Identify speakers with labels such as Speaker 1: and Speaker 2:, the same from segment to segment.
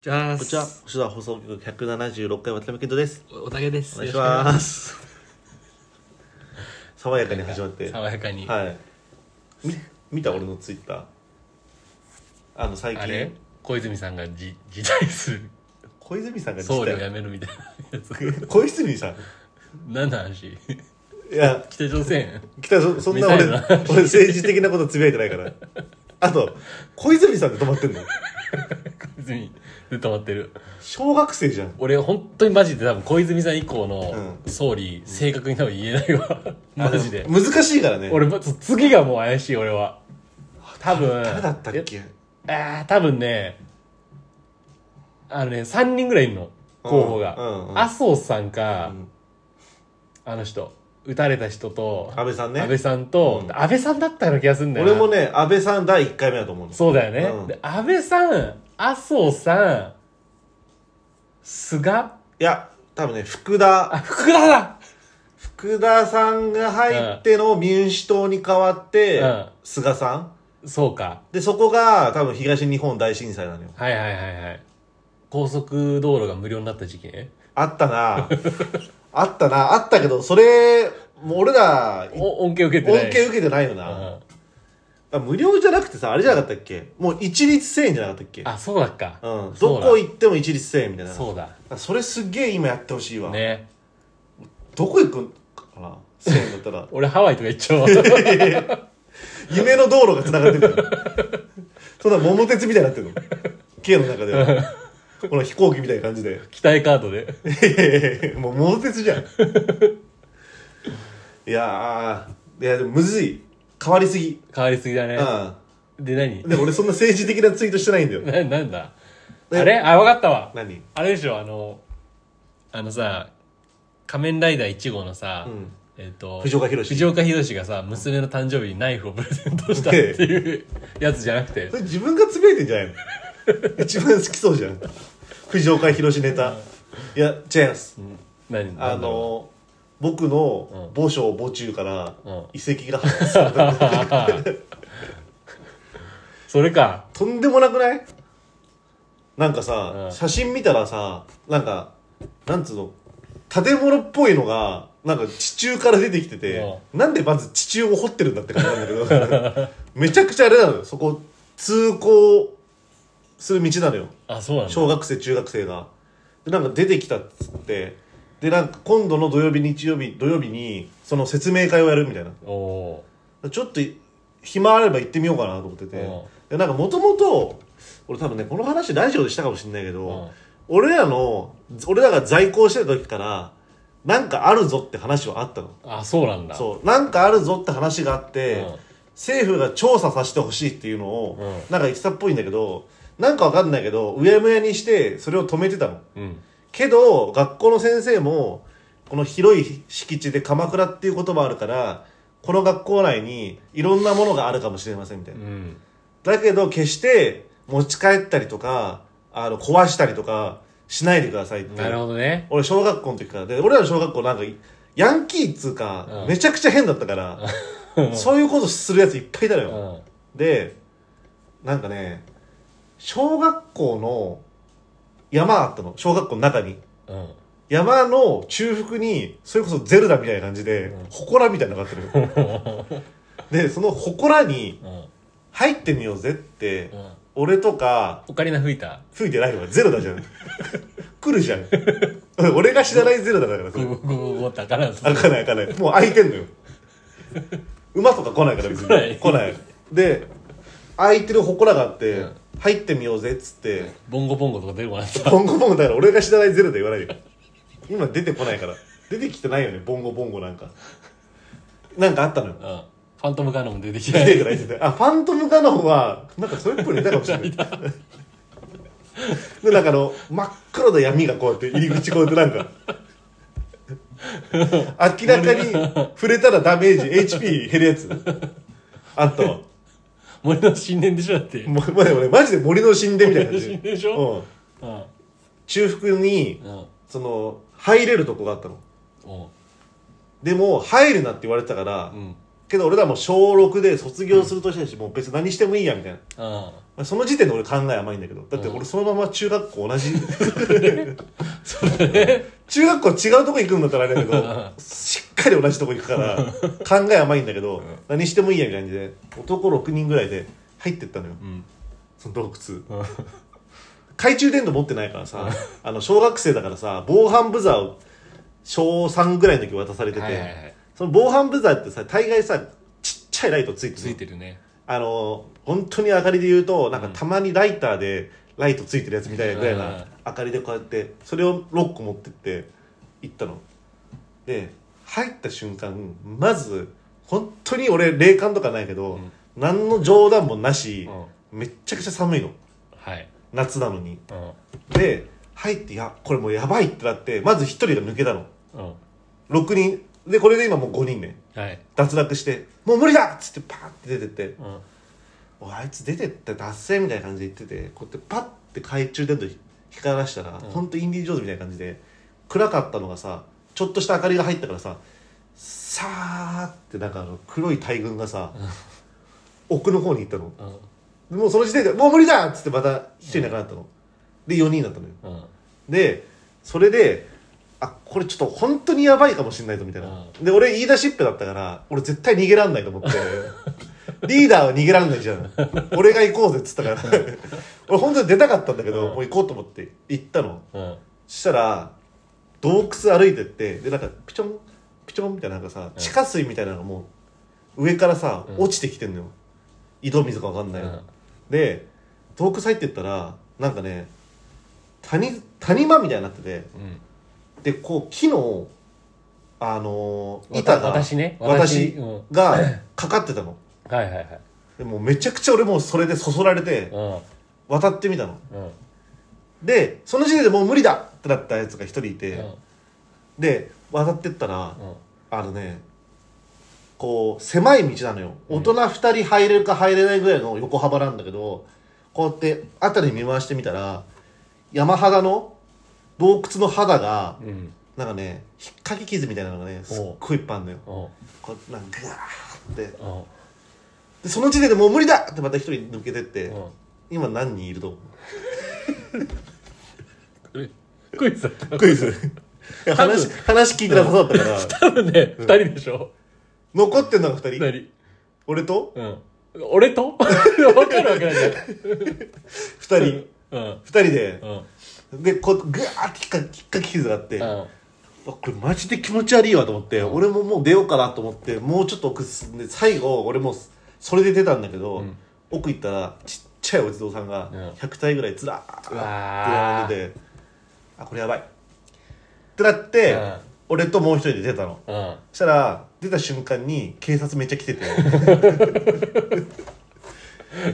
Speaker 1: じゃあ
Speaker 2: こんにちは、手話放送局176回渡辺健人です。
Speaker 1: おおたけです
Speaker 2: お願いし
Speaker 1: よろ
Speaker 2: ま
Speaker 1: く
Speaker 2: す。爽やかに始まって。
Speaker 1: 爽やかに、
Speaker 2: はい。み見た俺のツイッター。あの最
Speaker 1: あれ
Speaker 2: 近
Speaker 1: 小泉さんがじ 辞退する
Speaker 2: 小泉さんが
Speaker 1: 僧侶
Speaker 2: 実
Speaker 1: をや
Speaker 2: 際
Speaker 1: めるみたいなや つ
Speaker 2: 小泉さん。
Speaker 1: 何の話
Speaker 2: いや
Speaker 1: 北朝鮮
Speaker 2: 来たそそんな
Speaker 1: ミサ
Speaker 2: 俺
Speaker 1: イルの
Speaker 2: 俺
Speaker 1: 話
Speaker 2: 政治的なことつぶやいてないから。あと小泉さんで止まってんの。
Speaker 1: 小泉で止まってる
Speaker 2: 小学生じゃん。
Speaker 1: 俺本当にマジで多分小泉さん以降の
Speaker 2: う
Speaker 1: 総理、正確に多分言えないわ マジで
Speaker 2: あの難しいからね。
Speaker 1: 俺ま次がもう怪しい俺は多分
Speaker 2: 誰だったっけ。
Speaker 1: ああ多分ねあのね3人ぐらいいるの候補が、
Speaker 2: うんうんうん
Speaker 1: 麻生さんか、
Speaker 2: うん
Speaker 1: あの人撃たれた人と
Speaker 2: 安倍さんね
Speaker 1: 安倍さんと、
Speaker 2: うん
Speaker 1: 安倍さんだったような気がするんだよな
Speaker 2: 俺もね安倍さん第一回目だと思うの。
Speaker 1: そうだよね、
Speaker 2: うん
Speaker 1: で安倍さん麻生さん菅
Speaker 2: いや多分ね福田。
Speaker 1: あ福田だ
Speaker 2: 福田さんが入っての民主党に代わって、
Speaker 1: うん
Speaker 2: 菅さん
Speaker 1: そうか
Speaker 2: でそこが多分東日本大震災なのよ
Speaker 1: はいはいはいはい高速道路が無料になった時期ね
Speaker 2: あった なあったなあったけどそれもう俺ら恩
Speaker 1: お恩恵受けてない
Speaker 2: 恵受けてないよな、あ無料じゃなくてさあれじゃなかったっけもう一律1000円じゃなかったっけ
Speaker 1: うん、あそうだっか、
Speaker 2: うん、
Speaker 1: そ
Speaker 2: ど
Speaker 1: うだ
Speaker 2: こ行っても一律1000円みたいな
Speaker 1: そうだ
Speaker 2: あそれすげえ今やってほしいわ、
Speaker 1: ね
Speaker 2: どこ行くんかな1000円だったら
Speaker 1: 俺ハワイとか行っち ゃうわ
Speaker 2: 夢の道路が繋がってるのそんな桃鉄みたいになってるの K の中ではこの飛行機みたいな感じで
Speaker 1: 期待カードで
Speaker 2: もう桃鉄じゃんいやーいやでもむずい変わりすぎ
Speaker 1: 変わりすぎだね、
Speaker 2: う
Speaker 1: で何
Speaker 2: んでも俺そんな政治的なツイートしてないんだよ
Speaker 1: ななんだあ
Speaker 2: え
Speaker 1: れあ分かったわ
Speaker 2: 何
Speaker 1: あれでしょあのあのさ「仮面ライダー1号」のさ、
Speaker 2: うん
Speaker 1: えっと
Speaker 2: 藤岡弘
Speaker 1: 藤岡弘がさ娘の誕生日にナイフをプレゼントしたっていうやつじゃなくて
Speaker 2: それ自分がつぶやいてんじゃないの一番好きそうじゃん藤岡弘ネタいや違います、
Speaker 1: 何
Speaker 2: あ
Speaker 1: なんだろ
Speaker 2: の僕の墓所墓中から
Speaker 1: うん
Speaker 2: 遺跡が発見された
Speaker 1: うそれか
Speaker 2: とんでもなくないなんかさ、
Speaker 1: うん
Speaker 2: 写真見たらさなんかなんつうの建物っぽいのがなんか地中から出てきてて、なんでまず地中を掘ってるんだって感じなん だけどめちゃくちゃあれなのよそこ通行する道なのよ
Speaker 1: あそうなんだ
Speaker 2: 小学生中学生がでなんか出てきたっつってでなんか今度の土曜日日曜日土曜日にその説明会をやるみたいな
Speaker 1: おお
Speaker 2: ちょっと暇あれば行ってみようかなと思ってて
Speaker 1: うん
Speaker 2: でなんかもともと俺多分ねこの話ラジオでしたかもしれないけど、
Speaker 1: うん
Speaker 2: 俺らの俺らが在校してた時からなんかあるぞって話はあったの
Speaker 1: ーあそうなんだ
Speaker 2: そうなんかあるぞって話があって、
Speaker 1: うん
Speaker 2: 政府が調査させてほしいっていうのを、
Speaker 1: う
Speaker 2: なんかいきさっぽいんだけどなんかわかんないけどうやむやにしてそれを止めてたの
Speaker 1: う、ん、
Speaker 2: けど学校の先生もこの広い敷地で鎌倉っていうこともあるからこの学校内にいろんなものがあるかもしれませんみたいうな、
Speaker 1: ん、
Speaker 2: だけど決して持ち帰ったりとかあの壊したりとかしないでくださいって
Speaker 1: なるほどね
Speaker 2: 俺小学校の時からで俺らの小学校なんかヤンキーっつうか、
Speaker 1: うん
Speaker 2: めちゃくちゃ変だったから、そういうことするやついっぱいいたの
Speaker 1: う
Speaker 2: よ、
Speaker 1: ん
Speaker 2: でなんかね小学校の山あったの小学校の中に
Speaker 1: うん
Speaker 2: 山の中腹にそれこそゼルダみたいな感じで、祠みたいなのがあってるの よでその祠に
Speaker 1: うん
Speaker 2: 入ってみようぜって、
Speaker 1: うん
Speaker 2: 俺とか
Speaker 1: オカリナ吹いた
Speaker 2: 吹いてないのがゼルダじ ゃん来るじゃん俺が知らないゼルダだからそ
Speaker 1: ゴ
Speaker 2: れ
Speaker 1: ゴゴゴゴってからん
Speaker 2: 開かない開かないもう開いてんのよ馬とか来ないから別に
Speaker 1: 来ない
Speaker 2: 来ないで開いてる祠があって、
Speaker 1: うん
Speaker 2: 入ってみようぜっつって
Speaker 1: ボンゴボンゴとか出るかな
Speaker 2: ボンゴボンゴだから俺が知らないゼルダ言わないよ今出てこないから出てきてないよねボンゴボンゴなんかなんかあったのよ
Speaker 1: うんファントムカノンも出てき
Speaker 2: 出
Speaker 1: た
Speaker 2: てこない出てこないあファントムカノンはなんかそういうプにいたかもしれないでなんかあの真っ黒の闇がこうやって入り口こうやってなんか明らかに触れたらダメージ HP 減るやつあったわ
Speaker 1: 森の神殿でしょだって
Speaker 2: もうもうね俺マジで森の神殿みたいな感じ
Speaker 1: 森の神殿でしょ
Speaker 2: うん、
Speaker 1: うん
Speaker 2: 中腹に
Speaker 1: うん
Speaker 2: その入れるとこがあったの
Speaker 1: おう
Speaker 2: でも入るなって言われてたから、
Speaker 1: うん
Speaker 2: けど俺らも小6で卒業する年だし、もう別に何してもいいやみたいな
Speaker 1: うん
Speaker 2: まあその時点で俺考え甘いんだけどだって
Speaker 1: う
Speaker 2: 俺そのまま中学校 同じ中学校違うとこ行くんだったらあれだけどしっかり同じとこ行くから考え甘いんだけど、何してもいいやみたいな感じで男6人ぐらいで入ってったのよ
Speaker 1: うん
Speaker 2: その洞窟
Speaker 1: うん
Speaker 2: 懐中電灯持ってないからさあの小学生だからさ防犯ブザーを小3ぐらいの時渡されてて、
Speaker 1: はいはいはい
Speaker 2: その防犯ブザーってさ大概さちっちゃいライトついてる
Speaker 1: ついてるね
Speaker 2: あの本当に明かりで言うとなんかたまにライターでライトついてるやつみたいなぐらい
Speaker 1: うん
Speaker 2: な明かりでこうやってそれを6個持ってって行ったので入った瞬間まず本当に俺霊感とかないけど、
Speaker 1: ん
Speaker 2: 何の冗談もなし、
Speaker 1: う
Speaker 2: めっちゃくちゃ寒いの
Speaker 1: んはい
Speaker 2: 夏なのに
Speaker 1: うん
Speaker 2: で入っていやこれもうやばいってなってまず1人が抜けたの
Speaker 1: うん
Speaker 2: 6人でこれで今もう5人ね
Speaker 1: はい
Speaker 2: 脱落して「もう無理だ!」っつってパーって出てって
Speaker 1: うん
Speaker 2: おいあいつ出てった脱線みたいな感じで言っててこうやってパッて懐中電灯光らしたら、
Speaker 1: ん
Speaker 2: ほんとインディ・ジョーンズみたいな感じで暗かったのがさちょっとした明かりが入ったからささーってなんかあの黒い大群がさ、奥の方に行ったの
Speaker 1: うん
Speaker 2: もうその時点で「もう無理だ!」っつってまた一人いなくなったの、で4人だったのよ
Speaker 1: うん
Speaker 2: でそれであこれちょっと本当にやばいかもしれないぞみたいな、で俺言い出しっぺだったから俺絶対逃げらんないと思ってリーダーは逃げらんないじゃん俺が行こうぜっつったから俺本当に出たかったんだけど、
Speaker 1: うん
Speaker 2: もう行こうと思って行ったの
Speaker 1: うん
Speaker 2: そしたら洞窟歩いてってでなんかピチョンピチョンみたいななんか
Speaker 1: う
Speaker 2: さ
Speaker 1: ん
Speaker 2: 地下水みたいなのがもう上からさ、
Speaker 1: うん
Speaker 2: 落ちてきてんのよ井戸水か分かんない、
Speaker 1: うん
Speaker 2: で洞窟入ってったらなんかね谷谷間みたいになってて
Speaker 1: うん
Speaker 2: でこう木のあのー
Speaker 1: わ
Speaker 2: 板
Speaker 1: た
Speaker 2: が
Speaker 1: 私ね
Speaker 2: 私
Speaker 1: うんは
Speaker 2: がかかってたの
Speaker 1: いはいはい
Speaker 2: でもうめちゃくちゃ俺もうそれでそそられて
Speaker 1: う
Speaker 2: 渡ってみた
Speaker 1: んう
Speaker 2: の
Speaker 1: ん
Speaker 2: でその時点でもう無理だってなったやつが一人いて、
Speaker 1: うん
Speaker 2: で渡ってったら、
Speaker 1: うん
Speaker 2: あのねこう狭い道なのよ大人2人入れるか入れないぐらいの横幅なんだけどこうやって辺り見回してみたら山肌の洞窟の肌が
Speaker 1: うん
Speaker 2: なんかね引っ掛け傷みたいなのがねすっごいいっぱいあるのよ
Speaker 1: うん
Speaker 2: こうなんかガーって
Speaker 1: うん
Speaker 2: でその時点でもう無理だってまた一人抜けてって、
Speaker 1: うん
Speaker 2: 今何人いると思
Speaker 1: クイズ
Speaker 2: うクイズ話話聞いてなさそうだったか
Speaker 1: 多
Speaker 2: ら
Speaker 1: 分ね二人でしょ
Speaker 2: 残ってんのが2人
Speaker 1: 二人
Speaker 2: 俺と
Speaker 1: うん俺とわかるわけないじゃん
Speaker 2: 2人2
Speaker 1: うん
Speaker 2: 人で
Speaker 1: うん
Speaker 2: でこうグワーって引っか引っかき傷があって、
Speaker 1: うん
Speaker 2: わこれマジで気持ち悪いわと思って、俺ももう出ようかなと思ってもうちょっと奥進んで最後俺もうそれで出たんだけど、
Speaker 1: ん
Speaker 2: 奥行ったらちっちゃいお地蔵さんが
Speaker 1: うん
Speaker 2: 100体ぐらいずらーって
Speaker 1: う
Speaker 2: 並
Speaker 1: わー
Speaker 2: んでて、あこれやばいってなって、
Speaker 1: うん
Speaker 2: 俺ともう一人で出たの
Speaker 1: うん
Speaker 2: そしたら出た瞬間に警察めっちゃ来 てて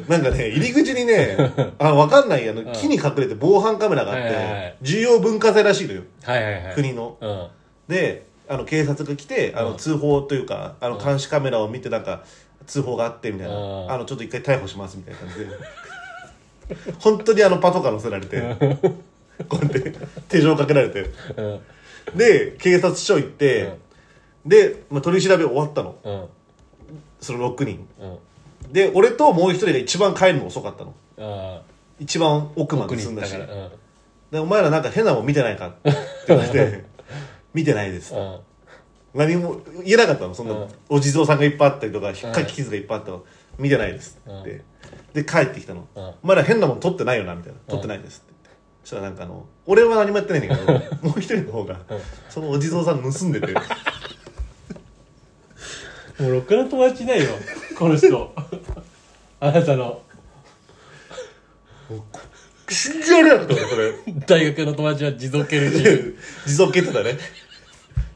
Speaker 2: なんかね入り口にねあ分かんないあの、木に隠れて防犯カメラがあって、
Speaker 1: はいはいはい
Speaker 2: 重要文化財らしいのよ
Speaker 1: はいはいはい
Speaker 2: 国の
Speaker 1: うん
Speaker 2: であの警察が来てあの通報というか、あの監視カメラを見てなんか通報があってみたいな、
Speaker 1: うん
Speaker 2: あのちょっと一回逮捕しますみたいな感じで 本当にあのパトカー乗せられてこうやって手錠かけられて
Speaker 1: うん
Speaker 2: で警察署行って、で、まあ、取り調べ終わったの
Speaker 1: うん
Speaker 2: その6人
Speaker 1: うん
Speaker 2: で俺ともう一人が一番帰るの遅かったの
Speaker 1: あ
Speaker 2: 一番奥
Speaker 1: ー
Speaker 2: ま
Speaker 1: 奥
Speaker 2: で
Speaker 1: に
Speaker 2: 進
Speaker 1: 行っ
Speaker 2: んだ
Speaker 1: た
Speaker 2: し
Speaker 1: からうん
Speaker 2: でお前らなんか変なもん見てないかって言わ れて見てないです
Speaker 1: うん
Speaker 2: 何も言えなかったのそんな、
Speaker 1: うん
Speaker 2: お地蔵さんがいっぱいあったりとか引っかき傷がいっぱいあったの、見てないですって、
Speaker 1: うん
Speaker 2: で帰ってきたの、
Speaker 1: うん
Speaker 2: お前ら変なもん取ってないよなみたいな取ってないですって言ってそしたらなんかあの俺は何もやってないんだけどもう一人の方が、そのお地蔵さん盗んでて
Speaker 1: もうろくな友達いないよこの人 あなたの
Speaker 2: 信じられなかったのそれ
Speaker 1: 大学の友達は持続系の自由
Speaker 2: 地蔵蹴ってたね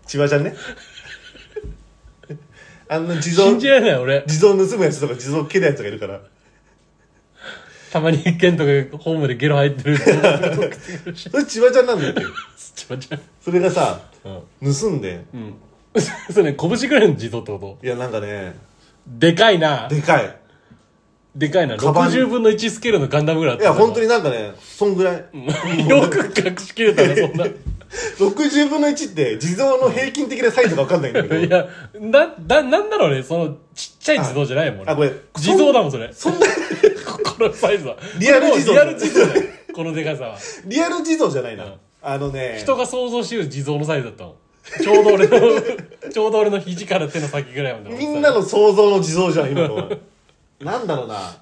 Speaker 2: 千葉ちゃんねあんな地蔵
Speaker 1: 信じられない俺
Speaker 2: 地蔵盗むやつとか地蔵蹴るやつがいるから
Speaker 1: たまにケントがホームでゲロ入ってる
Speaker 2: それ千葉ちゃんなんだよ
Speaker 1: ちばちゃん
Speaker 2: それがさ
Speaker 1: うん
Speaker 2: 盗んで
Speaker 1: うん それ拳ぐらいの地蔵ってこと
Speaker 2: いやなんかね
Speaker 1: でかいな
Speaker 2: でかい
Speaker 1: でかいな
Speaker 2: カバン
Speaker 1: 60分の1スケールのガンダムぐらいあっ
Speaker 2: い
Speaker 1: た
Speaker 2: や
Speaker 1: んだ
Speaker 2: 本当になんかねそんぐらい
Speaker 1: よく隠しきれたねそんな
Speaker 2: 60分の1って地蔵の平均的なサイズが分かんないんだけど
Speaker 1: いや、な、な、なんだろうね、その、ちっちゃい地蔵じゃないもんね。
Speaker 2: あこれ
Speaker 1: 地蔵だもん、それ。
Speaker 2: そんな
Speaker 1: このサイズは。
Speaker 2: リアル地蔵
Speaker 1: これもうリアル地蔵だよ。このでかさは。
Speaker 2: リアル地蔵じゃないな、
Speaker 1: うん
Speaker 2: あのね
Speaker 1: 人が想像しうる地蔵のサイズだったもん。ちょうど俺の、 ちょうど俺の肘から手の先ぐらいまで。
Speaker 2: みんな。の想像の地蔵じゃん今のはなんだろうな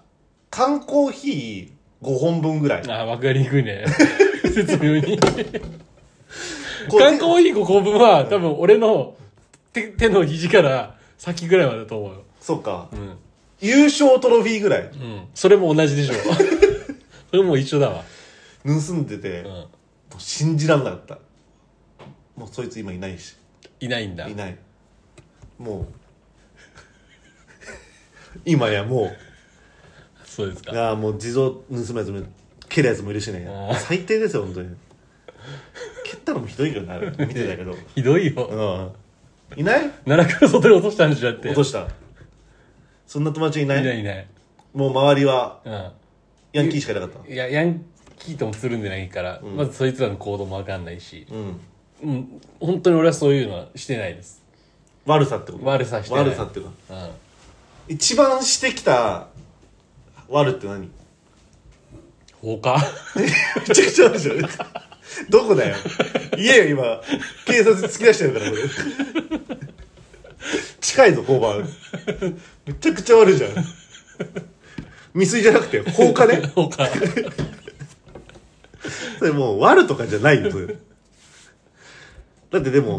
Speaker 2: 缶コーヒー5本分ぐらい
Speaker 1: ああ、わかりにくい ね。説明に。
Speaker 2: こう
Speaker 1: 観光いい5個分は、多分俺の手手の肘から先ぐらいまでだと思うよ。
Speaker 2: そうか、
Speaker 1: ん
Speaker 2: 優勝トロフィーぐらい
Speaker 1: うん。それも同じでしょ。 それも一緒だわ。
Speaker 2: 盗んでて、
Speaker 1: う
Speaker 2: も
Speaker 1: ん。
Speaker 2: う信じらんなかったもうそいつ今いないし
Speaker 1: いないんだ
Speaker 2: い。ないもう今やも
Speaker 1: そうです
Speaker 2: う
Speaker 1: か。
Speaker 2: ああもう地蔵盗むやつも蹴るやつもいるしね
Speaker 1: あー
Speaker 2: 最低ですよ本当に蹴ったのもひどいけどな あれ見てたけど
Speaker 1: ひどいよ。
Speaker 2: うんいない
Speaker 1: 奈良から外に落としたんでしょ、だって。
Speaker 2: 落としたそんな友達いない
Speaker 1: いないいない。
Speaker 2: もう周りは
Speaker 1: うん。
Speaker 2: ヤンキーしかいなかった
Speaker 1: いや、ヤンキーともつるんでないから、まずそいつらの行動もわかんないし、
Speaker 2: うん
Speaker 1: うん、本当に俺はそういうのはしてないです。
Speaker 2: 悪さってこと
Speaker 1: 悪さしてない
Speaker 2: 悪さっていうか
Speaker 1: うん。
Speaker 2: 一番してきた悪って何め
Speaker 1: 放 火
Speaker 2: ちゃくちゃ悪じゃないどこだよ言えよ今警察突き出してるからこれ近いぞ交番めちゃくちゃ悪いじゃん未遂じゃなくて放火ね
Speaker 1: 放火。
Speaker 2: それもう悪とかじゃないよそれだってでも、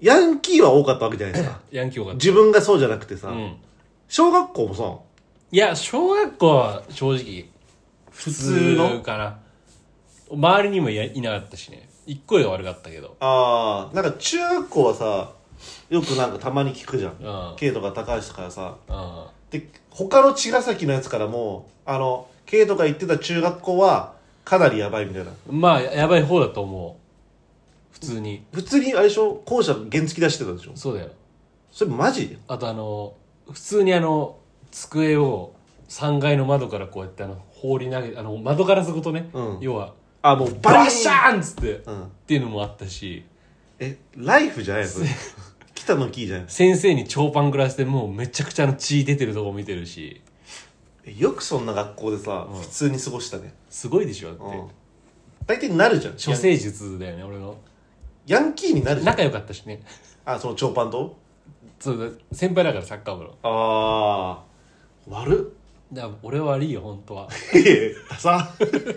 Speaker 1: ん
Speaker 2: ヤンキーは多かったわけじゃないですか
Speaker 1: ヤンキー多かった。
Speaker 2: 自分がそうじゃなくてさ、
Speaker 1: うん。
Speaker 2: 小学校もさ
Speaker 1: いや、小学校は正直、普
Speaker 2: 通の
Speaker 1: 通かな。周りにもいやいなかったしね。一個が悪かったけど。
Speaker 2: ああなんか中学校はさよくなんかたまに聞くじゃん
Speaker 1: うん。
Speaker 2: K とか高橋とかさ
Speaker 1: うん。
Speaker 2: で他の茅ヶ崎のやつからもあの K とか行ってた中学校はかなりやばいみたいな
Speaker 1: まあ、ややばい方だと思う。普通に。
Speaker 2: 普通にあれでしょ校舎原付き出してたでしょ
Speaker 1: そうだよ。
Speaker 2: それマジ
Speaker 1: あとあの、普通にあの、机を3階の窓からこうやってあの、放り投げ、あの、窓ガラスごとね。
Speaker 2: うん
Speaker 1: 要は、
Speaker 2: あもうバリーン
Speaker 1: バシャーンっつって、っ
Speaker 2: うん
Speaker 1: ていうのもあったし、
Speaker 2: えライフじゃないのそれ北のキーじゃない
Speaker 1: 先生に超パン食らしてもうめちゃくちゃあの血出てるとこ見てるし、
Speaker 2: えよくそんな学校でさ、普通に過ごしたね、
Speaker 1: すごいでしょだ
Speaker 2: う
Speaker 1: って。
Speaker 2: ん、大体なるじゃん
Speaker 1: 処世術だよね俺の
Speaker 2: ヤンヤンキーになるじゃん
Speaker 1: 仲良かったしね
Speaker 2: あその長パンと
Speaker 1: そうだ先輩だからサッカー部の
Speaker 2: ああ悪っ
Speaker 1: だから俺は悪いよ本当は
Speaker 2: いえいえダサ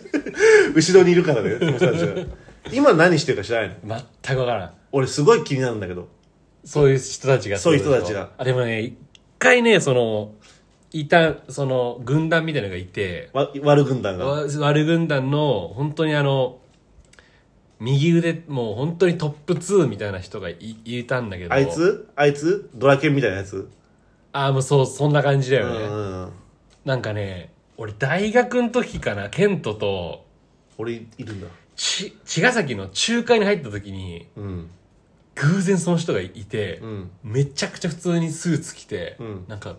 Speaker 2: 後ろにいるからねその人たちが今何してるか知らないの
Speaker 1: 全く分からん
Speaker 2: 俺すごい気になるんだけど
Speaker 1: そういう人たちが
Speaker 2: そういう人たちが
Speaker 1: あでもね一回ねそのいたその軍団みたいなのがいて
Speaker 2: わ悪軍団が
Speaker 1: わ悪軍団の本当にあの右腕もう本当にトップ2みたいな人がいいたんだけど
Speaker 2: あいつあいつドラケンみたいなやつ
Speaker 1: ああもうそうそんな感じだ
Speaker 2: う
Speaker 1: よね、
Speaker 2: ん、うん、
Speaker 1: なんかね俺大学の時かなケントと
Speaker 2: 俺いるんだ
Speaker 1: ち茅ヶ崎の仲介に入った時に
Speaker 2: うん
Speaker 1: 偶然その人がいて
Speaker 2: う、ん
Speaker 1: めちゃくちゃ普通にスーツ着て、
Speaker 2: うん
Speaker 1: なんか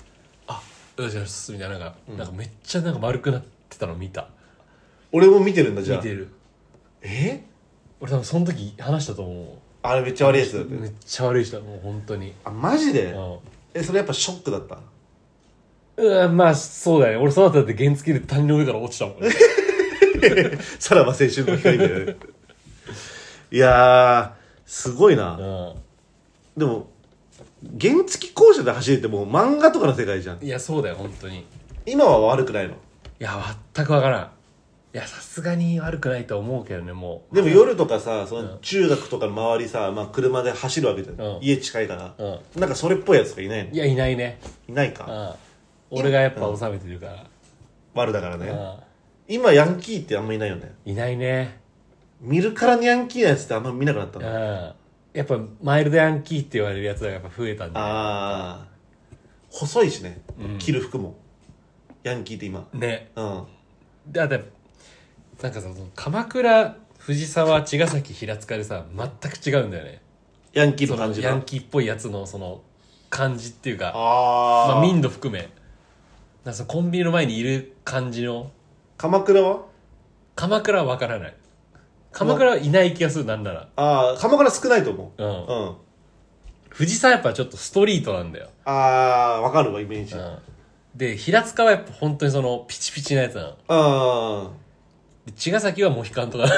Speaker 1: 「あよしよし」みたいななんか,、なんかめっちゃなんか丸くなってたの見た
Speaker 2: 俺も見てるんだじゃ
Speaker 1: 見
Speaker 2: あ
Speaker 1: てる
Speaker 2: え
Speaker 1: 俺多分その時話したと思
Speaker 2: あれめっちゃ悪いやつだっ
Speaker 1: うめ
Speaker 2: て
Speaker 1: っちゃ悪い人もう本当に
Speaker 2: あマジで
Speaker 1: うん
Speaker 2: えそれやっぱショックだった
Speaker 1: うわまあそうだね俺そうだったって原付で谷の上から落ちたもん
Speaker 2: さらば青春の光みたいな いやーすごいな、
Speaker 1: う
Speaker 2: でも原付校舎で走れてもう漫画とかの世界じゃん
Speaker 1: んいやそうだよ本当にい
Speaker 2: 今は悪くないの
Speaker 1: や全くわからんいやさすがに悪くないと思うけどねもう
Speaker 2: でも夜とかさその中学とかの周りさ、まあ、車で走るわけじゃん、
Speaker 1: うん
Speaker 2: 家近いから、
Speaker 1: うん
Speaker 2: なんかそれっぽいやつがいないの
Speaker 1: いやいないね
Speaker 2: いないうか
Speaker 1: ん俺がやっぱ収めてるから、
Speaker 2: 悪だからね、
Speaker 1: うん
Speaker 2: 今ヤンキーってあんまいないよね
Speaker 1: いないね。
Speaker 2: 見るからにヤンキーなやつってあんま見なくなった
Speaker 1: うん。
Speaker 2: の、あ
Speaker 1: やっぱ、マイルドヤンキーって言われるやつがやっぱ増えたんだ。
Speaker 2: あー細いしね、着る服もヤンキーって今
Speaker 1: ね。
Speaker 2: うん
Speaker 1: だって、なんかさ、その鎌倉、藤沢、茅ヶ崎、平塚でさ、全く違うんだよね。
Speaker 2: ヤンキー
Speaker 1: そ
Speaker 2: の感
Speaker 1: の
Speaker 2: じ
Speaker 1: ヤ
Speaker 2: が
Speaker 1: ンキーっぽいやつの、その、感じっていうか、
Speaker 2: あー、
Speaker 1: まあ、民度含め。なんかそのコンビニの前にいる感じの、
Speaker 2: 鎌倉は
Speaker 1: 鎌倉はわからない。鎌倉はいない気がするなんなら
Speaker 2: ああ鎌倉少ないと思
Speaker 1: う
Speaker 2: ううんん
Speaker 1: 藤沢やっぱちょっとストリートなんだよ、
Speaker 2: ああーわかるわイメージ
Speaker 1: う
Speaker 2: あ
Speaker 1: ん、で平塚はやっぱ本当にそのピチピチなやつなの
Speaker 2: あ
Speaker 1: で茅ヶ崎はモヒカン とか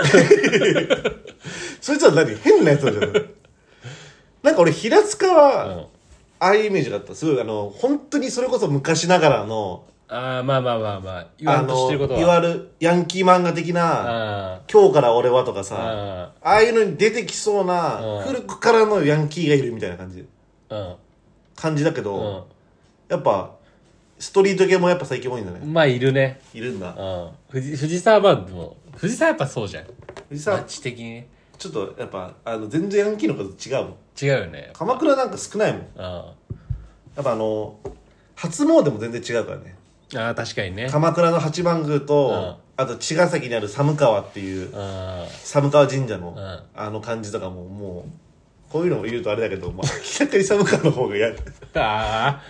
Speaker 2: そいつは何変なやつだじゃ んなんか俺平塚
Speaker 1: う
Speaker 2: は
Speaker 1: ん
Speaker 2: ああいうイメージがあったすごいあの本当にそれこそ昔ながらの
Speaker 1: ああまあまあまあまあ言わ
Speaker 2: あ
Speaker 1: んとしてる
Speaker 2: の
Speaker 1: ことはい
Speaker 2: わゆるヤンキー漫画的な
Speaker 1: あ
Speaker 2: 「今日から俺は」とか
Speaker 1: あ
Speaker 2: さ
Speaker 1: あ
Speaker 2: ああいうのに出てきそうな
Speaker 1: うん
Speaker 2: 古くからのヤンキーがいるみたいな感じ
Speaker 1: あうん
Speaker 2: 感じだけど、
Speaker 1: う
Speaker 2: やっぱストリート系もやっぱ最近多いんだね
Speaker 1: んまあいるね
Speaker 2: いるんだ
Speaker 1: うん藤藤沢はでも藤沢やっぱそうじゃん
Speaker 2: 藤沢
Speaker 1: 街的にね
Speaker 2: ちょっとやっぱあの全然ヤンキーの数違うもん
Speaker 1: 違うよね
Speaker 2: 鎌倉なんか少ないもんや
Speaker 1: うんあ
Speaker 2: っぱあの初詣も全然違うからね
Speaker 1: あ確かにね
Speaker 2: 鎌倉の八幡宮と、あと茅ヶ崎にある寒川ってい
Speaker 1: う
Speaker 2: う
Speaker 1: ん
Speaker 2: 寒川神社の、
Speaker 1: ん
Speaker 2: あの感じとかももうこういうのを言うとあれだけど、まあ、明らかに寒川の 方がや
Speaker 1: あ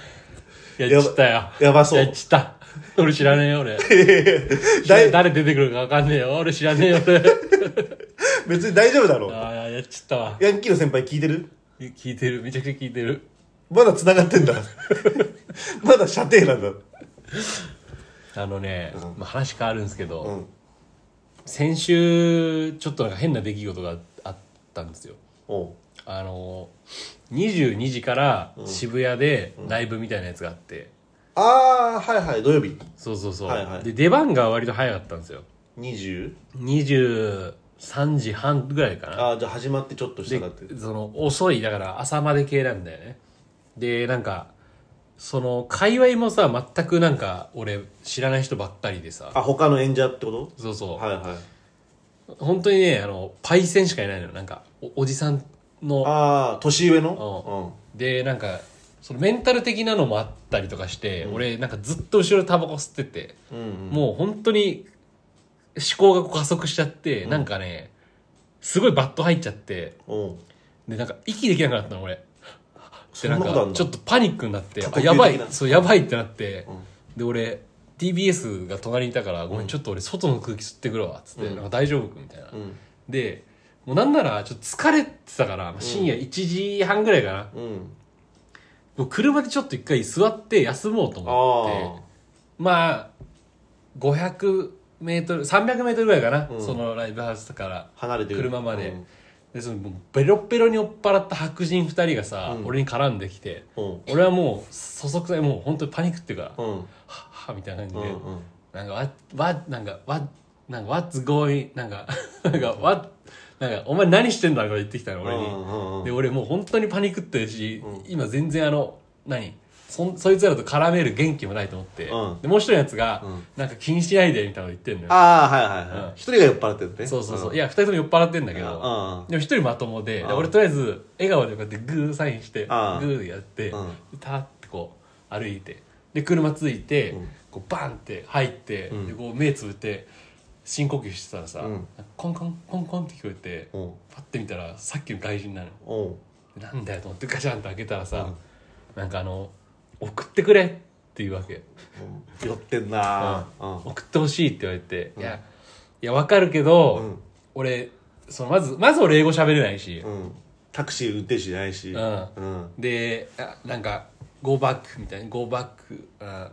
Speaker 1: あやっちったよ
Speaker 2: やばそう
Speaker 1: やっちった俺知らねえよ 俺
Speaker 2: だい
Speaker 1: 誰出てくるかわかんねえよ俺知らねえよ俺
Speaker 2: 別に大丈夫だろう
Speaker 1: ああやっちったわ
Speaker 2: ヤンキーの先輩聞いてる
Speaker 1: 聞いてるめちゃくちゃ聞いてる
Speaker 2: まだ繋がってんだ まだ射程なんだ
Speaker 1: あのね、
Speaker 2: うん
Speaker 1: まあ、話変わるんですけど、
Speaker 2: うん
Speaker 1: 先週ちょっとなんか変な出来事があったんですよ
Speaker 2: おう
Speaker 1: あの22時から渋谷でライブみたいなやつがあって、
Speaker 2: ああはいはい土曜日
Speaker 1: そうそうそう、
Speaker 2: はいはい
Speaker 1: で出番が割と早かったんですよ
Speaker 2: 20?
Speaker 1: 23時半ぐらいかな
Speaker 2: ああじゃあ始まってちょっとした
Speaker 1: で
Speaker 2: だって
Speaker 1: その遅いだから朝まで系なんだよねでなんかその界隈もさ全くなんか俺知らない人ばっかりでさ
Speaker 2: あ他の演者ってこ
Speaker 1: そうそう、
Speaker 2: とはいはい
Speaker 1: 本当にねあのパイセンしかいないのよなんかおおじさんの
Speaker 2: ああ年上の
Speaker 1: でなんかそのメンタル的なのもあったりとかして、俺なんかずっと後ろでタバコ吸ってて、
Speaker 2: うんうん
Speaker 1: もう本当に思考がこう加速しちゃって、なんかねすごいバット入っちゃって
Speaker 2: うんうん
Speaker 1: でなんか息できなくなったの俺
Speaker 2: そ
Speaker 1: で
Speaker 2: ん
Speaker 1: な
Speaker 2: なんことあん
Speaker 1: か
Speaker 2: の
Speaker 1: ちょっとパニックになって
Speaker 2: 過呼
Speaker 1: あ
Speaker 2: 吸
Speaker 1: やばい
Speaker 2: 的な
Speaker 1: そうやばいってなって、
Speaker 2: ん
Speaker 1: で俺 TBS が隣にいたから「ごめんちょっと俺外の空気吸ってくるわ」っつって「
Speaker 2: うん
Speaker 1: なんか大丈夫?」みたいな、
Speaker 2: うん
Speaker 1: でもうなんならちょっと疲れてたからまあ深夜1時半ぐらいかな、
Speaker 2: うん
Speaker 1: もう車でちょっと一回座って休もうと
Speaker 2: あ
Speaker 1: 思っ
Speaker 2: あ
Speaker 1: てまあ500メートル300メートルぐらいかな、
Speaker 2: うん
Speaker 1: そのライブハウスから
Speaker 2: 離れてる
Speaker 1: 車まで、
Speaker 2: うん
Speaker 1: でそのもうベロッベロに酔っ払った白人2人がさ、
Speaker 2: うん
Speaker 1: 俺に絡んできて
Speaker 2: うん
Speaker 1: 俺はもうそそくさにもう本当にパニックっていうか、
Speaker 2: う
Speaker 1: はっ
Speaker 2: ん
Speaker 1: はっみたいな感じ
Speaker 2: う
Speaker 1: で、
Speaker 2: んうん
Speaker 1: なんか、わ、わ、なんか、わ、なんか、what's going, なんか、 なんか、わ、なんか、お前何してんだとか言ってきたの、俺
Speaker 2: う
Speaker 1: に。
Speaker 2: んうんうん
Speaker 1: で、俺もう本当にパニックってるし
Speaker 2: うん、
Speaker 1: 今全然あの、何そん、そいつらと絡める元気もないと思って
Speaker 2: うん。
Speaker 1: で、もう一人のやつが
Speaker 2: うん、
Speaker 1: なんか気にしないで、みたいなこと言ってんのよ。
Speaker 2: ああはいはいは
Speaker 1: う
Speaker 2: い
Speaker 1: ん
Speaker 2: 一人が酔っ払ってるね
Speaker 1: そうそうそう。い
Speaker 2: や
Speaker 1: や、二人とも酔っ払ってんだけ
Speaker 2: うん
Speaker 1: ど、
Speaker 2: あ
Speaker 1: でも一人まともで、で
Speaker 2: うん
Speaker 1: 俺とりあえず、笑顔でこうやってグーサインして、グ
Speaker 2: あ
Speaker 1: ーやって
Speaker 2: うん、
Speaker 1: たーってこう、歩いて。で、車ついて
Speaker 2: うん、
Speaker 1: こうバンって入って、
Speaker 2: うん
Speaker 1: で、こう目つぶって、深呼吸してたらさ、
Speaker 2: うん
Speaker 1: コンコンコンコンって聞こえて、
Speaker 2: うんうん
Speaker 1: パッて見たらさっきの外人なの
Speaker 2: うん
Speaker 1: でなんだよと思ってガチャンと開けたらさ、なんかあの「送ってくれ」っていうわけ、
Speaker 2: 酔ってんなうん
Speaker 1: 送ってほしいって言われて、いやいやわかるけど、
Speaker 2: うん
Speaker 1: 俺そのまずまず俺英語喋れないし、
Speaker 2: うんタクシー運転手じゃないし
Speaker 1: う
Speaker 2: うんん
Speaker 1: であなんか「ゴーバック」みたいな「ゴーバック」あ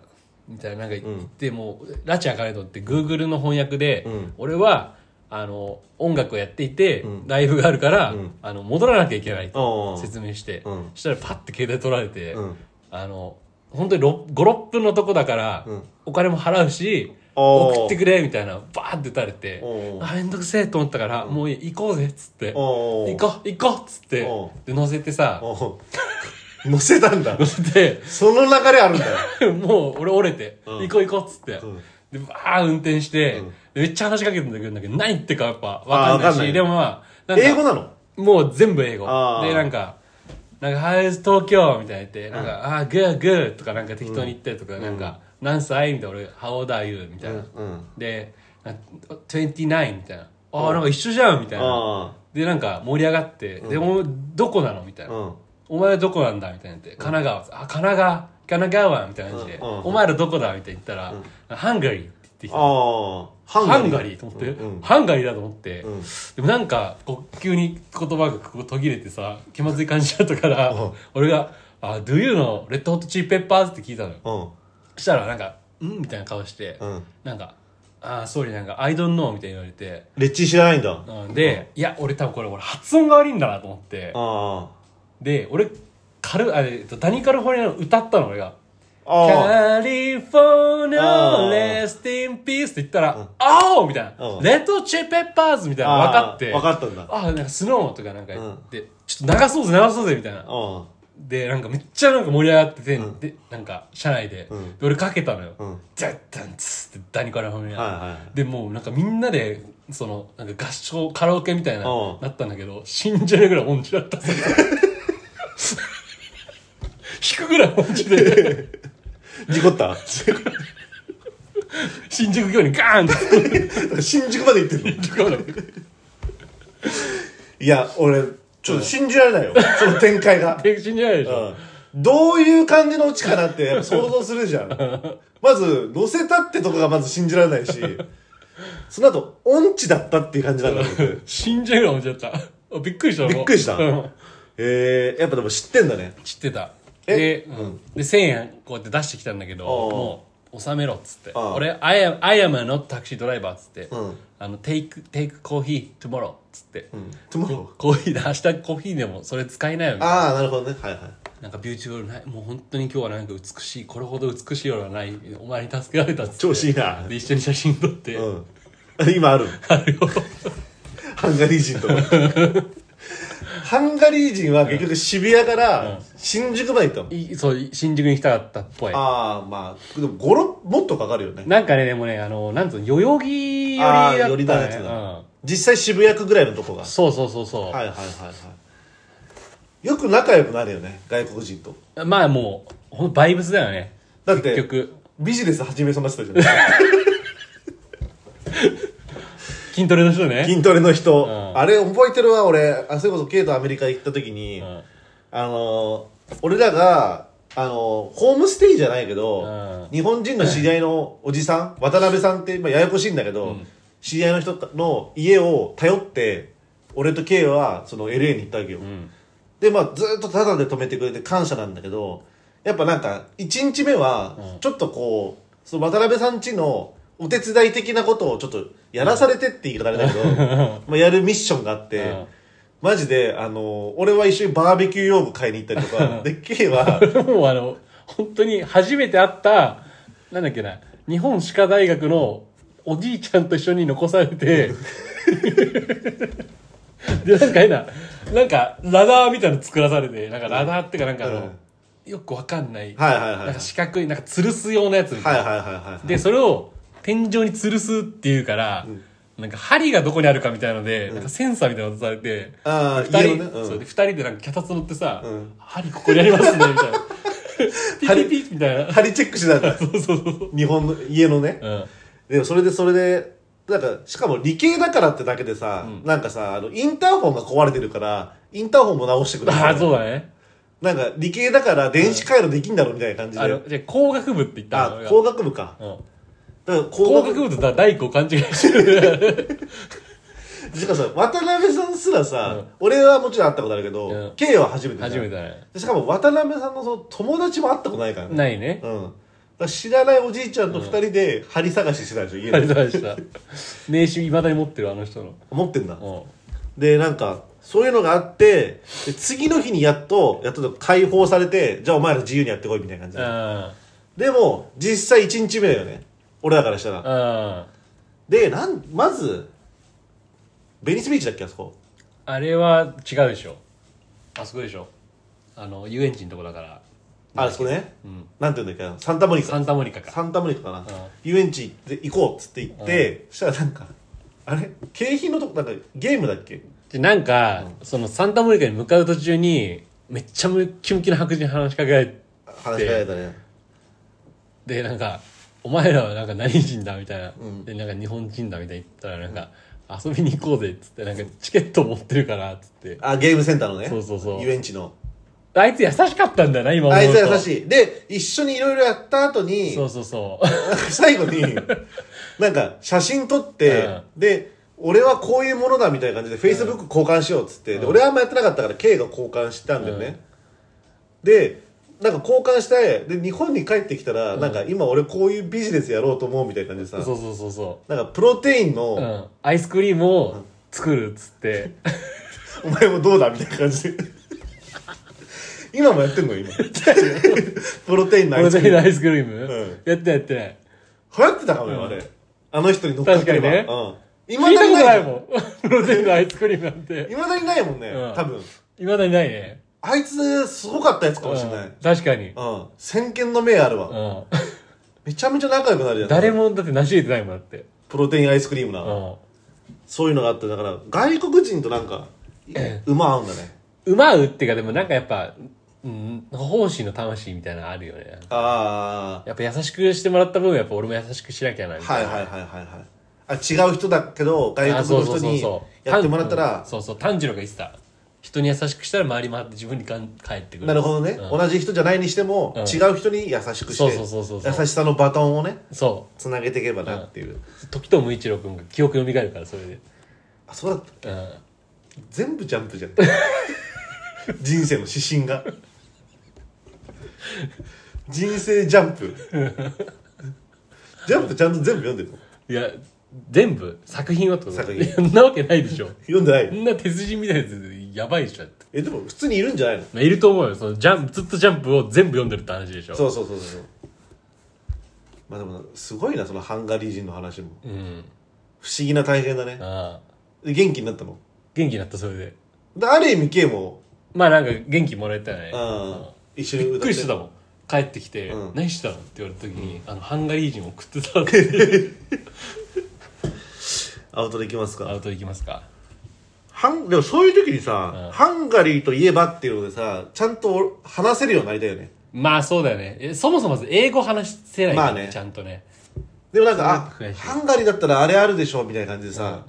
Speaker 1: みたいななんか言って、もうラチ開かれと思って Google の翻訳で、
Speaker 2: うん
Speaker 1: 俺はあの音楽をやっていて、
Speaker 2: うん
Speaker 1: ライブがあるから、
Speaker 2: うん
Speaker 1: あの戻らなきゃいけない
Speaker 2: おうお
Speaker 1: と
Speaker 2: う
Speaker 1: 説明して、
Speaker 2: うん
Speaker 1: そしたらパッて携帯取られて、
Speaker 2: うん
Speaker 1: あの本当に56分のとこだから、
Speaker 2: うん
Speaker 1: お金も払うし
Speaker 2: おう
Speaker 1: 送ってくれみたいなバーって打たれて
Speaker 2: おう
Speaker 1: あめんどくせえと思ったから、もういい行こうぜっつって
Speaker 2: おうおう
Speaker 1: 行こう行こうっつって
Speaker 2: お
Speaker 1: で乗せてさ
Speaker 2: おう乗せたんだ
Speaker 1: 乗せて
Speaker 2: その流れあるんだよ
Speaker 1: もう俺折れて、
Speaker 2: うん
Speaker 1: 行こう行こうっつって、
Speaker 2: うん
Speaker 1: でバーン運転して、
Speaker 2: うん
Speaker 1: でめっちゃ話しかけてんだけど何言ってるかやっぱ分かんない
Speaker 2: あーわかんな
Speaker 1: し
Speaker 2: い
Speaker 1: でもま あなんか
Speaker 2: 英語なの
Speaker 1: もう全部英語
Speaker 2: あー
Speaker 1: でなんか「なんか How's 東京?」みたいな言って「なんか、あー Good good」とかなんか適当に言ってとか、なんか「何歳?」みたいな俺「How old are you?」みたいな、
Speaker 2: うん
Speaker 1: で「なんか29」みたいな「ああなんか一緒じゃん」みたいな
Speaker 2: あ
Speaker 1: でなんか盛り上がって「でもどこなの?」みたい
Speaker 2: あ
Speaker 1: な
Speaker 2: う。ん
Speaker 1: お前はどこなんだみたいなって、神奈川、あ、神奈川、神奈川みたいな感じで、
Speaker 2: うんうん
Speaker 1: お前らどこだみたいな言ったら、ハンガリーって言ってきた。
Speaker 2: ああハンガ
Speaker 1: ハ
Speaker 2: リー
Speaker 1: ンガリーと思って、
Speaker 2: うんうん
Speaker 1: ハンガリーだと思って、
Speaker 2: うん
Speaker 1: でもなんかこう急に言葉がこう途切れてさ気まずい感じだったから、
Speaker 2: うん
Speaker 1: 俺が「あ Do you のレッドホットチーペッパーズ?」って聞いたのよ
Speaker 2: うん
Speaker 1: そしたらなんか「うん?」みたいな顔して、
Speaker 2: うん
Speaker 1: なんか「ああ総理なんか I don't know」みたいに言われて、
Speaker 2: レッチリ知らないんだあ
Speaker 1: うん、で、いや俺多分これ俺発音が悪いんだなと思って
Speaker 2: あ
Speaker 1: で俺カルあえっとダニカルフォルニアの歌ったの俺が「
Speaker 2: ああ
Speaker 1: カリフォルニ
Speaker 2: あ
Speaker 1: ア
Speaker 2: あ
Speaker 1: レスティンピース」って言ったら「あお!」みたいな
Speaker 2: う
Speaker 1: 「
Speaker 2: ん
Speaker 1: レッドチェペッパーズ」みたいなの分かって
Speaker 2: 分かったんだ
Speaker 1: あなんかスノーとかなんか言って、ちょっと流そうぜ流そうぜみたいな
Speaker 2: あ
Speaker 1: でなんかめっちゃなんか盛り上がってて、でなんか車内で,、
Speaker 2: うん
Speaker 1: で俺かけたのよ、
Speaker 2: うん
Speaker 1: ジャッダンツってダニカラファミ
Speaker 2: あ
Speaker 1: ア、
Speaker 2: はいはい
Speaker 1: でもうなんかみんなでそのなんか合唱カラオケみたいな
Speaker 2: うん
Speaker 1: なったんだけど信じないぐらい音痴だったそれ弾くぐらい音痴で
Speaker 2: 事故った
Speaker 1: 新宿御にガーンって
Speaker 2: 新宿まで行ってん
Speaker 1: 突
Speaker 2: の
Speaker 1: っ込まれて
Speaker 2: いや俺ちょっと信じら れないよその展開が
Speaker 1: で信じないでしょ、
Speaker 2: うんどういう感じのオチかなってやっぱ想像するじゃん。まず、乗せたってとこがまず信じられないし、その後、音痴だったっていう感じなんだけど。
Speaker 1: 信じないぐらい音痴だったあ びっくりした俺も
Speaker 2: びっくりした
Speaker 1: うん
Speaker 2: えー、やっぱでも知ってんだね。
Speaker 1: 知ってた
Speaker 2: え
Speaker 1: で,、う、
Speaker 2: うん
Speaker 1: で1000円こうやって出してきたんだけど
Speaker 2: ああ
Speaker 1: もう納めろっつって
Speaker 2: ああ
Speaker 1: 俺「I am, I am a not taxi driver」っつって「
Speaker 2: うん
Speaker 1: あの take, take coffee tomorrow」っつって、
Speaker 2: うん。トゥモロー
Speaker 1: コーヒーで明日コーヒーでもそれ使いなよみたいな
Speaker 2: ああ、なるほどね。はいはい。
Speaker 1: なんかビューティフルないもう本当に今日はなんか美しいこれほど美しい夜はないお前に助けられたっつって
Speaker 2: 調子いいな
Speaker 1: で一緒に写真撮って、
Speaker 2: うん。今ある
Speaker 1: あれを
Speaker 2: ハンガリー人と。ハンガリー人は結局渋谷から新宿まで行ったの。
Speaker 1: いそう新宿に来たかったっぽい
Speaker 2: ああ、まあ、でも5、6、もっとかかるよね。
Speaker 1: なんかねでもねあのなんつうの代々木寄
Speaker 2: ああ、
Speaker 1: りだ
Speaker 2: より
Speaker 1: った
Speaker 2: だ
Speaker 1: ね
Speaker 2: や
Speaker 1: う
Speaker 2: つ
Speaker 1: ん
Speaker 2: だ。実際渋谷区ぐらいのとこが。
Speaker 1: そうそうそうそう、
Speaker 2: はいはいはいはいよく仲良くなるよね外国人と
Speaker 1: まあもうほんバイブスだよね
Speaker 2: だって
Speaker 1: 結局
Speaker 2: ビジネス始めそうな人じゃない
Speaker 1: 筋トレの人ね、
Speaker 2: 筋トレの人、
Speaker 1: ん
Speaker 2: あれ覚えてるわ俺あそれこそケイとアメリカ行った時に、
Speaker 1: うん
Speaker 2: あのー俺らがあのーホームステイじゃないけど、
Speaker 1: うん
Speaker 2: 日本人の知り合いのおじさん渡辺さんって今ややこしいんだけど、知り合いの人の家を頼って俺とケイはその LA に行ったわけよ、
Speaker 1: ん
Speaker 2: でまあずっとタダで泊めてくれて感謝なんだけどやっぱなんか1日目はちょっとこう、その渡辺さん家のお手伝い的なことをちょっとやらされてって言い方あれだけど、 まあやるミッションがあって、
Speaker 1: うん
Speaker 2: マジであの俺は一緒にバーベキュー用具買いに行ったり とかでっけえは
Speaker 1: もうあの本当に初めて会ったなんだっけな日本歯科大学のおじいちゃんと一緒に残されて でなんか変ななんかラダーみたいなの作らされてなんかラダーっていうかなんかあの、よくわかんない、
Speaker 2: はいはいはい
Speaker 1: なんか四角いなんか吊るすようなやつみたいな
Speaker 2: はいはいはいはい
Speaker 1: で、それを天井に吊るすっていうから、なんか針がどこにあるかみたいので、なんかセンサーみたいなの渡されて、
Speaker 2: ああ
Speaker 1: 二
Speaker 2: 家
Speaker 1: 人、
Speaker 2: のねうん
Speaker 1: そうで、二人でなんか脚立乗ってさ、
Speaker 2: ん
Speaker 1: 針ここにありますね、みたいな。 ピッピッピッみたいな。
Speaker 2: 針チェックしてたんだ
Speaker 1: そうそうそう。
Speaker 2: 日本の家のね、
Speaker 1: うん。
Speaker 2: でもそれでそれでなんかしかも理系だからってだけでさ、なんかさあのインターホンが壊れてるからインターホンも直してくだ
Speaker 1: あ
Speaker 2: さい
Speaker 1: あ、そうだね。
Speaker 2: なんか理系だから電子回路できんだろみたいな感じで、
Speaker 1: あの、じゃあ工学部って言ったの
Speaker 2: あ
Speaker 1: 俺が
Speaker 2: 工学部か
Speaker 1: うん
Speaker 2: だから
Speaker 1: 工
Speaker 2: 工
Speaker 1: 学
Speaker 2: 学
Speaker 1: 部とだ大工を勘違いしてる。
Speaker 2: 部しかもさ渡辺さんすらさ、俺はもちろん会ったことあるけど、
Speaker 1: うん
Speaker 2: K は初めてじゃん
Speaker 1: 初めてだね。
Speaker 2: でしかも渡辺さんのその友達も会ったことないからね
Speaker 1: ないね。
Speaker 2: うんだから知らないおじいちゃんと二人で針探ししてたでしょ家
Speaker 1: あり
Speaker 2: で
Speaker 1: がとうございました。名刺いまだに持ってる、あの人の。
Speaker 2: 持ってんだ
Speaker 1: うん。
Speaker 2: でなんかそういうのがあってで次の日にやっとやっと解放されてじゃあお前ら自由にやってこいみたいな感じ
Speaker 1: う
Speaker 2: で、
Speaker 1: ん。
Speaker 2: でも実際1日目だよね俺らからしたら、
Speaker 1: うん。
Speaker 2: でなんまずベニスビーチだっけあそこ
Speaker 1: あれは違うでしょあそこでしょあの遊園地のとこだから
Speaker 2: あそこね、
Speaker 1: ん
Speaker 2: なんていうんだっけなサンタモニカ
Speaker 1: サンタモニカか
Speaker 2: サンタモニカかな、
Speaker 1: ん
Speaker 2: 遊園地行って行こうっつって行って、そしたらなんかあれ景品のとこなんかゲームだっけ
Speaker 1: でなんか、そのサンタモニカに向かう途中にめっちゃムキムキな白人に話しかけられ
Speaker 2: 話しかけられたね
Speaker 1: てなんか「お前らはなんか何人だ?」みたいな、でなんか日本人だみたいな言ったらなんか、遊びに行こうぜ」っつってなんかチケット持ってるからっつって
Speaker 2: あゲームセンターのね
Speaker 1: そうそうそう
Speaker 2: 遊園地の
Speaker 1: あいつ優しかったんだよな今思う
Speaker 2: あ
Speaker 1: と
Speaker 2: いつは優
Speaker 1: い
Speaker 2: しいで一緒にいろいろやった後に
Speaker 1: そうそうそう
Speaker 2: 最後になんか写真撮って、で俺はこういうものだみたいな感じでフェイスブック交換しようっつって、で俺はあんまやってなかったから K が交換したんだよね、でなんか交換してで日本に帰ってきたら、なんか今俺こういうビジネスやろうと思うみたいな感じでさ
Speaker 1: そうそうそうそ
Speaker 2: なんかプロテイン
Speaker 1: う、う
Speaker 2: の、
Speaker 1: ん、アイスクリームを作るっつって
Speaker 2: お前もどうだみたいな感じ で今もやってんの今 プロテインのア
Speaker 1: 俺
Speaker 2: イス
Speaker 1: だ
Speaker 2: ク
Speaker 1: けの
Speaker 2: リーム
Speaker 1: アイスクリーム、
Speaker 2: うん
Speaker 1: やってないやってない
Speaker 2: 流行ってたかもよ、
Speaker 1: うん
Speaker 2: あれあの人に乗っかければ、
Speaker 1: 確
Speaker 2: うん、
Speaker 1: 聞いたことない
Speaker 2: ん
Speaker 1: もんプロテインのアイスクリームなんて
Speaker 2: いまだにないもんね、
Speaker 1: うん
Speaker 2: 多分
Speaker 1: いまだにないね
Speaker 2: あいつすごかったやつかもしれない、う
Speaker 1: うん
Speaker 2: ん
Speaker 1: 確かに、
Speaker 2: 先見の明あるわ、
Speaker 1: う
Speaker 2: めちゃめちゃ仲良くなるじゃ
Speaker 1: ん、
Speaker 2: ん
Speaker 1: 誰もだって成し得てないもんだって、
Speaker 2: プロテインアイスクリームな、
Speaker 1: うん、
Speaker 2: そういうのがあってだから外国人となんか馬合うんだね
Speaker 1: 馬うっていうかでもなんかやっぱ、うん、奉仕の魂みたいなのあるよね
Speaker 2: あ
Speaker 1: やっぱ優しくしてもらった分やっぱ俺も優しくしなきゃな
Speaker 2: あ
Speaker 1: みた
Speaker 2: はいい
Speaker 1: な
Speaker 2: はいはいはいはいあ違う人だけど外国の人にやってもらった
Speaker 1: 炭
Speaker 2: ら
Speaker 1: そうそう炭治郎が言ってた人に優しくしたら回り回って自分にかん返ってくる
Speaker 2: なるほどね、
Speaker 1: うん
Speaker 2: 同じ人じゃないにしても、
Speaker 1: うん
Speaker 2: 違う人に優しくして
Speaker 1: そうそうそうそうそう
Speaker 2: 優しさのバトンをね
Speaker 1: そ
Speaker 2: つなげていけばなっていう、
Speaker 1: う時藤無一郎君が記憶蘇るからそれで
Speaker 2: あそうだった
Speaker 1: うん
Speaker 2: 全部ジャンプじゃん 人生の指針が人生ジャン プジャンプちゃんと全部読んでるの
Speaker 1: いや全部作品はってこと
Speaker 2: 作品
Speaker 1: いや そんなわけないでしょ
Speaker 2: 読んでない
Speaker 1: そ
Speaker 2: の
Speaker 1: んな手筋みたいなやつやばいでしょだって
Speaker 2: えでも普通にいるんじゃないの
Speaker 1: まあいると思うよそのジャンプずっとジャンプを全部読んでるって話でしょ
Speaker 2: そうそうそうそうそうまあでもすごいなそのハンガリー人の話も
Speaker 1: ううん
Speaker 2: 不思議な体験だね
Speaker 1: ああ
Speaker 2: で元気になったの
Speaker 1: 元気になったそれで
Speaker 2: である意味 K も、
Speaker 1: まあなんか元気もらえたよね
Speaker 2: うん
Speaker 1: うん
Speaker 2: 一緒に
Speaker 1: びっ
Speaker 2: 歌
Speaker 1: く
Speaker 2: っ
Speaker 1: りして
Speaker 2: て
Speaker 1: たもん帰ってきて
Speaker 2: う
Speaker 1: 「
Speaker 2: ん
Speaker 1: 何してたの?」って言われた時にあのハンガリー人を食ってたっていう
Speaker 2: アウトできます
Speaker 1: ア
Speaker 2: か
Speaker 1: ウト行きますか
Speaker 2: ハンでもそういう時にさ、
Speaker 1: うん
Speaker 2: ハンガリーといえばっていうのでさちゃんと話せるようになりたいよね
Speaker 1: まあそうだよねえそもそもまず英語話せないか
Speaker 2: まあ
Speaker 1: ら
Speaker 2: ね
Speaker 1: ちゃんとね
Speaker 2: でもなんか、
Speaker 1: それ
Speaker 2: あ、
Speaker 1: は悔しい
Speaker 2: ハンガリーだったらあれあるでしょみたいな感じでさ、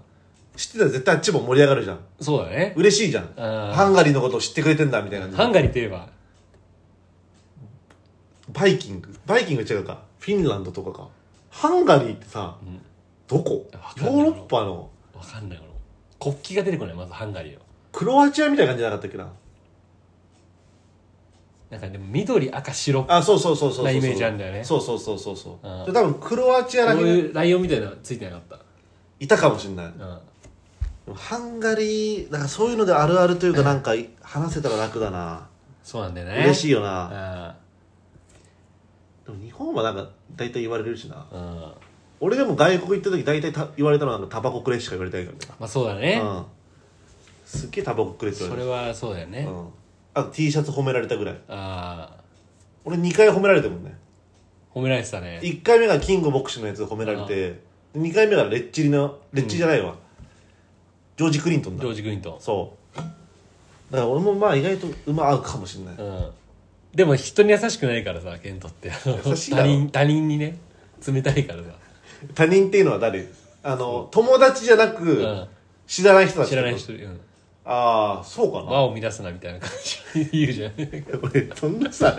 Speaker 2: 知ってたら絶対あっちも盛り上がるじゃん。
Speaker 1: そうだね
Speaker 2: 嬉しいじゃん。ハンガリーのことを知ってくれてんだみたいな
Speaker 1: ハ
Speaker 2: 感
Speaker 1: ン
Speaker 2: じ
Speaker 1: ガリーといえば
Speaker 2: で。バイキング。バイキング違うか。フィンランドとかか。ハンガリーってさ、どこ
Speaker 1: わかん
Speaker 2: ヨ
Speaker 1: ない
Speaker 2: ーロッパの
Speaker 1: わかんない俺国旗が出てこないまずハンガリーの
Speaker 2: クロアチアみたいな感じじゃなかったっけな。
Speaker 1: なんかでも緑赤白こ
Speaker 2: あ、そうそうそうそうそう。
Speaker 1: なイメージあるんだよね
Speaker 2: そうそうそうそうそう。
Speaker 1: うん
Speaker 2: で多分クロアチア
Speaker 1: う
Speaker 2: だけ
Speaker 1: いうライオンみたいなのついてなかっ
Speaker 2: いたかもしれな
Speaker 1: た
Speaker 2: い。
Speaker 1: うん
Speaker 2: でもハンガリー、なんかそういうのであるあるというかなんか話せたら楽だな。
Speaker 1: そうなんだよね
Speaker 2: 嬉しい
Speaker 1: よ
Speaker 2: よな。
Speaker 1: あ
Speaker 2: でも日本はなんか大体言われるしな
Speaker 1: あうん
Speaker 2: 俺でも外国行った時大体た言われたのはなんかタバコくれしか言われてないから
Speaker 1: まあそうだね
Speaker 2: ね、うん、すっげえタバコくれって言
Speaker 1: そ
Speaker 2: われ
Speaker 1: れ
Speaker 2: る
Speaker 1: はそうだよね
Speaker 2: うん、あと T シャツ褒められたぐらい
Speaker 1: ああ
Speaker 2: 俺2回褒められてるもんね
Speaker 1: 褒められてたね
Speaker 2: 1回目がキングボクシーのやつ褒められて2回目がレッチリのレッチリじゃないわ、ジョージ・クリントン
Speaker 1: ジ
Speaker 2: だ
Speaker 1: ョージ・グリントン
Speaker 2: そうだから俺もまあ意外と馬合うかもしれない、
Speaker 1: うんでも人に優しくないからさケントって
Speaker 2: 優しいだ
Speaker 1: 他
Speaker 2: ろ
Speaker 1: 人他人にね冷たいからさ
Speaker 2: 他人っていうのは誰あの友達じゃなく、
Speaker 1: ん
Speaker 2: 知らない人たち
Speaker 1: 知らない人、うん、
Speaker 2: ああそうかな
Speaker 1: 輪を乱すなみたいな感じ言うじゃん
Speaker 2: 俺そんなさ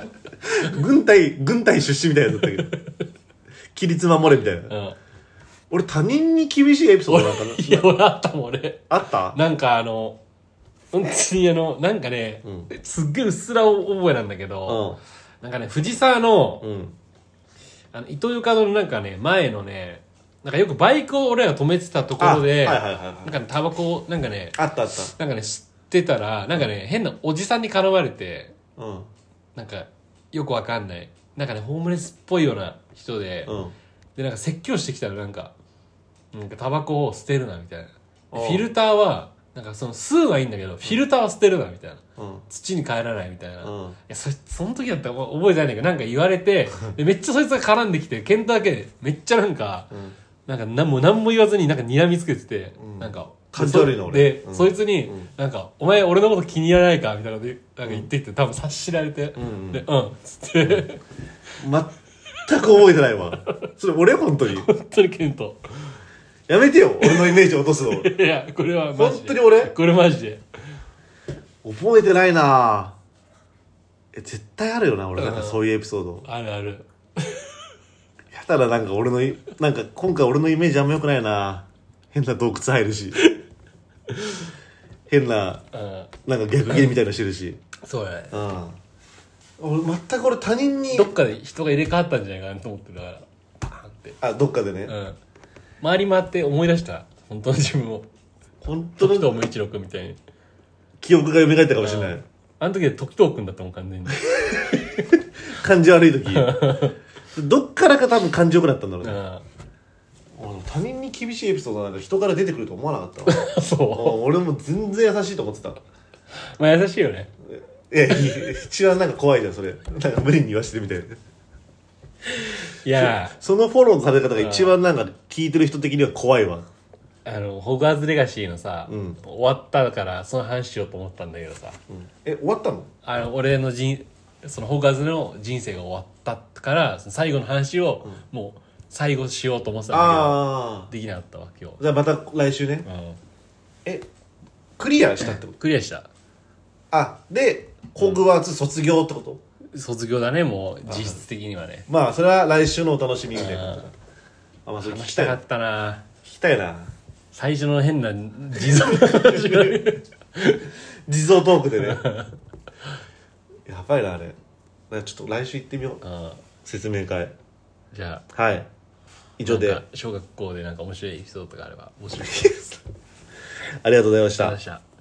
Speaker 2: 軍隊軍隊出身みたいなやつだったけど規律守れみたいな
Speaker 1: うん
Speaker 2: 俺他人に厳しいエピソードなんか
Speaker 1: いや俺あったもん俺
Speaker 2: あった
Speaker 1: なんかあの本当にあのなんかね、
Speaker 2: うん
Speaker 1: すっげえうっすら覚えなんだけど、なんかね藤沢の
Speaker 2: うんうん
Speaker 1: あの伊東カドのなんかね前のねなんかよくバイクを俺ら止めてたところで、
Speaker 2: あはいはいはいはい
Speaker 1: なんかねタバコをなんかね
Speaker 2: あったあった
Speaker 1: なんかね吸ってたらなんかね変なおじさんに絡まれて
Speaker 2: うん
Speaker 1: なんかよくわかんないなんかねホームレスっぽいような人で、
Speaker 2: うん
Speaker 1: でなんか説教してきたらなんかなんかタバコを捨てるなみたいなで
Speaker 2: ああ
Speaker 1: フィルターはなんかその吸うはいいんだけどフィルターは捨てるなみたいな
Speaker 2: うん
Speaker 1: 土に帰らないみたいな、
Speaker 2: う
Speaker 1: い
Speaker 2: ん
Speaker 1: やそれその時だったら覚えてないんだけどなんか言われ てでめっちゃそいつが絡んできてケンタだけめっちゃなんか
Speaker 2: うん
Speaker 1: なんか何も何も言わずになんか睨みつけてて、
Speaker 2: ん
Speaker 1: なんか
Speaker 2: 感じ悪いな俺
Speaker 1: で、
Speaker 2: うん
Speaker 1: そいつに、
Speaker 2: うん
Speaker 1: なんか「お前俺のこと気に入らないか」みたいなこと言うなんか言ってきて、多分察しられて、
Speaker 2: ん
Speaker 1: でうんっつって、
Speaker 2: 全く覚えてないわそれ俺本当に
Speaker 1: 本当にケント
Speaker 2: やめてよ俺のイメージ落とすの
Speaker 1: いやこれはマジで
Speaker 2: 本当に俺
Speaker 1: これマジで
Speaker 2: 覚えてないなえ絶対あるよな俺なんかそういうエピソード
Speaker 1: あるある
Speaker 2: いやたらなんか俺のいなんか今回俺のイメージあんまよくないな変な洞窟 入るし変な
Speaker 1: うん
Speaker 2: なんか逆ギレみたいなのしてるし
Speaker 1: そうやね
Speaker 2: うん俺全く俺他人に
Speaker 1: どっかで人が入れ替わったんじゃないかなと思ってるだからパーンって
Speaker 2: あどっかでね、
Speaker 1: うん回り回って思い出した本当の自分を
Speaker 2: 本当
Speaker 1: 時
Speaker 2: の
Speaker 1: 藤無一郎君みたいに
Speaker 2: 記憶が蘇ったかもしれない、
Speaker 1: あの時で時藤君だったもん完 全に
Speaker 2: 感じ悪い 時どっからか多分感じよくなったんだろう
Speaker 1: う
Speaker 2: ね、
Speaker 1: ん
Speaker 2: 俺他人に厳しいエピソードなんか人から出てくると思わなかった わ
Speaker 1: そ
Speaker 2: うん俺も全然優しいと思ってた
Speaker 1: うまあ優しいよね
Speaker 2: いやいや一番なんか怖いじゃんそれなんか無理に言わしてるみたいない
Speaker 1: や
Speaker 2: そのフォローのされ方が一番なんか聞いてる人的には怖いわ
Speaker 1: ーあのホグワーツレガシーのさ、
Speaker 2: うん
Speaker 1: 終わったからその話しようと思ったんだけどさ
Speaker 2: え終わったの
Speaker 1: あの俺の人そのホグワーツの人生が終わったからその最後の話をもう最後しようと思ってたんだけど、
Speaker 2: あ
Speaker 1: できなかったわ今日
Speaker 2: あじゃあまた来週ね、えクリアしたって
Speaker 1: う
Speaker 2: こ
Speaker 1: ん、クリアした
Speaker 2: とあでホグワーツ卒業ってこと、
Speaker 1: 卒業だねもう実質的にはね
Speaker 2: まあそれは来週のお楽しみみたいな
Speaker 1: うん
Speaker 2: あまあそれ聞
Speaker 1: 話
Speaker 2: き
Speaker 1: したた
Speaker 2: い
Speaker 1: か
Speaker 2: 聞
Speaker 1: ったな
Speaker 2: きたいな
Speaker 1: 最初の変な地蔵の話がね
Speaker 2: 地蔵トークでね やばいなあれだからちょっと来週行ってみよう
Speaker 1: うん
Speaker 2: 説明会
Speaker 1: じゃあ
Speaker 2: はい以上で
Speaker 1: なんか小学校でなんか面白いエピソードとかあれば面白い
Speaker 2: ありがとうございまし
Speaker 1: ありがとうございま
Speaker 2: た
Speaker 1: した